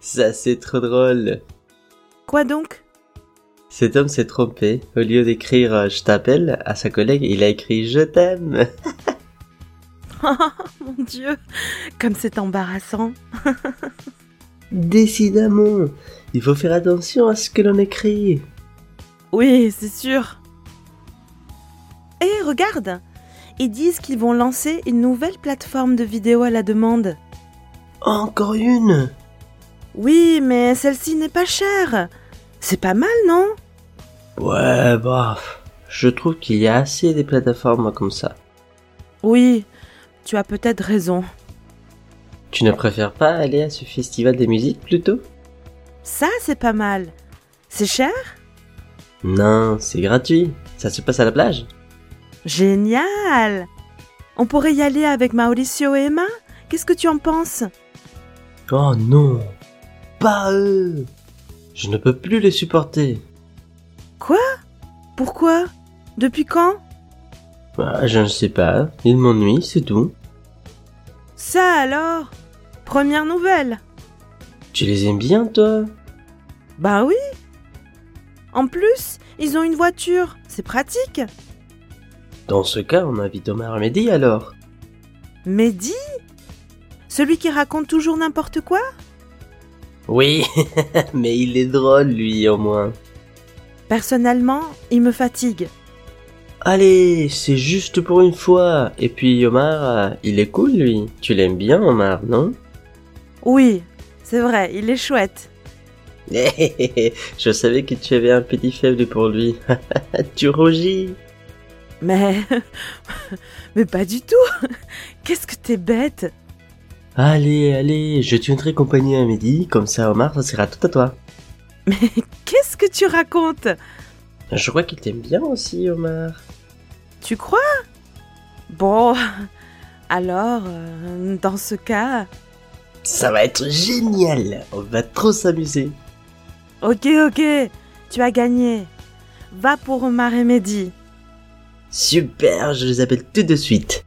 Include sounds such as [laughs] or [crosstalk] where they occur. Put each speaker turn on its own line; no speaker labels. Ça [laughs] c'est trop drôle.
Quoi donc [laughs]
Cet homme s'est trompé. Au lieu d'écrire euh, je t'appelle à sa collègue, il a écrit je t'aime.
Mon Dieu, comme c'est embarrassant.
Décidément, il faut faire attention à ce que l'on écrit.
Oui, c'est sûr. Et regarde, ils disent qu'ils vont lancer une nouvelle plateforme de vidéo à la demande.
Encore une
Oui, mais celle-ci n'est pas chère. C'est pas mal, non
Ouais, bah, je trouve qu'il y a assez des plateformes comme ça.
Oui, tu as peut-être raison.
Tu ne préfères pas aller à ce festival des musiques plutôt
Ça, c'est pas mal. C'est cher
Non, c'est gratuit. Ça se passe à la plage
Génial On pourrait y aller avec Mauricio et Emma Qu'est-ce que tu en penses
Oh non Pas eux Je ne peux plus les supporter.
Quoi Pourquoi Depuis quand
Bah, je ne sais pas, ils m'ennuient, c'est tout.
Ça alors Première nouvelle
Tu les aimes bien, toi
Bah oui En plus, ils ont une voiture, c'est pratique
Dans ce cas, on invite Omar Mehdi alors.
Mehdi Celui qui raconte toujours n'importe quoi
Oui, [laughs] mais il est drôle, lui, au moins.
Personnellement, il me fatigue.
Allez, c'est juste pour une fois. Et puis Omar, euh, il est cool lui. Tu l'aimes bien Omar, non [laughs]
Oui, c'est vrai, il est chouette.
Je savais que tu avais un petit faible pour lui. [laughs] tu rougis.
Mais. [laughs] Mais pas du tout [laughs] Qu'est-ce que t'es bête
Allez, allez, je tiendrai compagnie à midi, comme ça Omar, ça sera tout à toi.
Mais qu'est-ce que tu racontes
Je crois qu'il t'aime bien aussi Omar.
Tu crois Bon. [laughs] Alors, euh, dans ce cas.
Ça va être génial. On va trop s'amuser.
Ok, ok, tu as gagné. Va pour Omar et Mehdi.
Super, je les appelle tout de suite.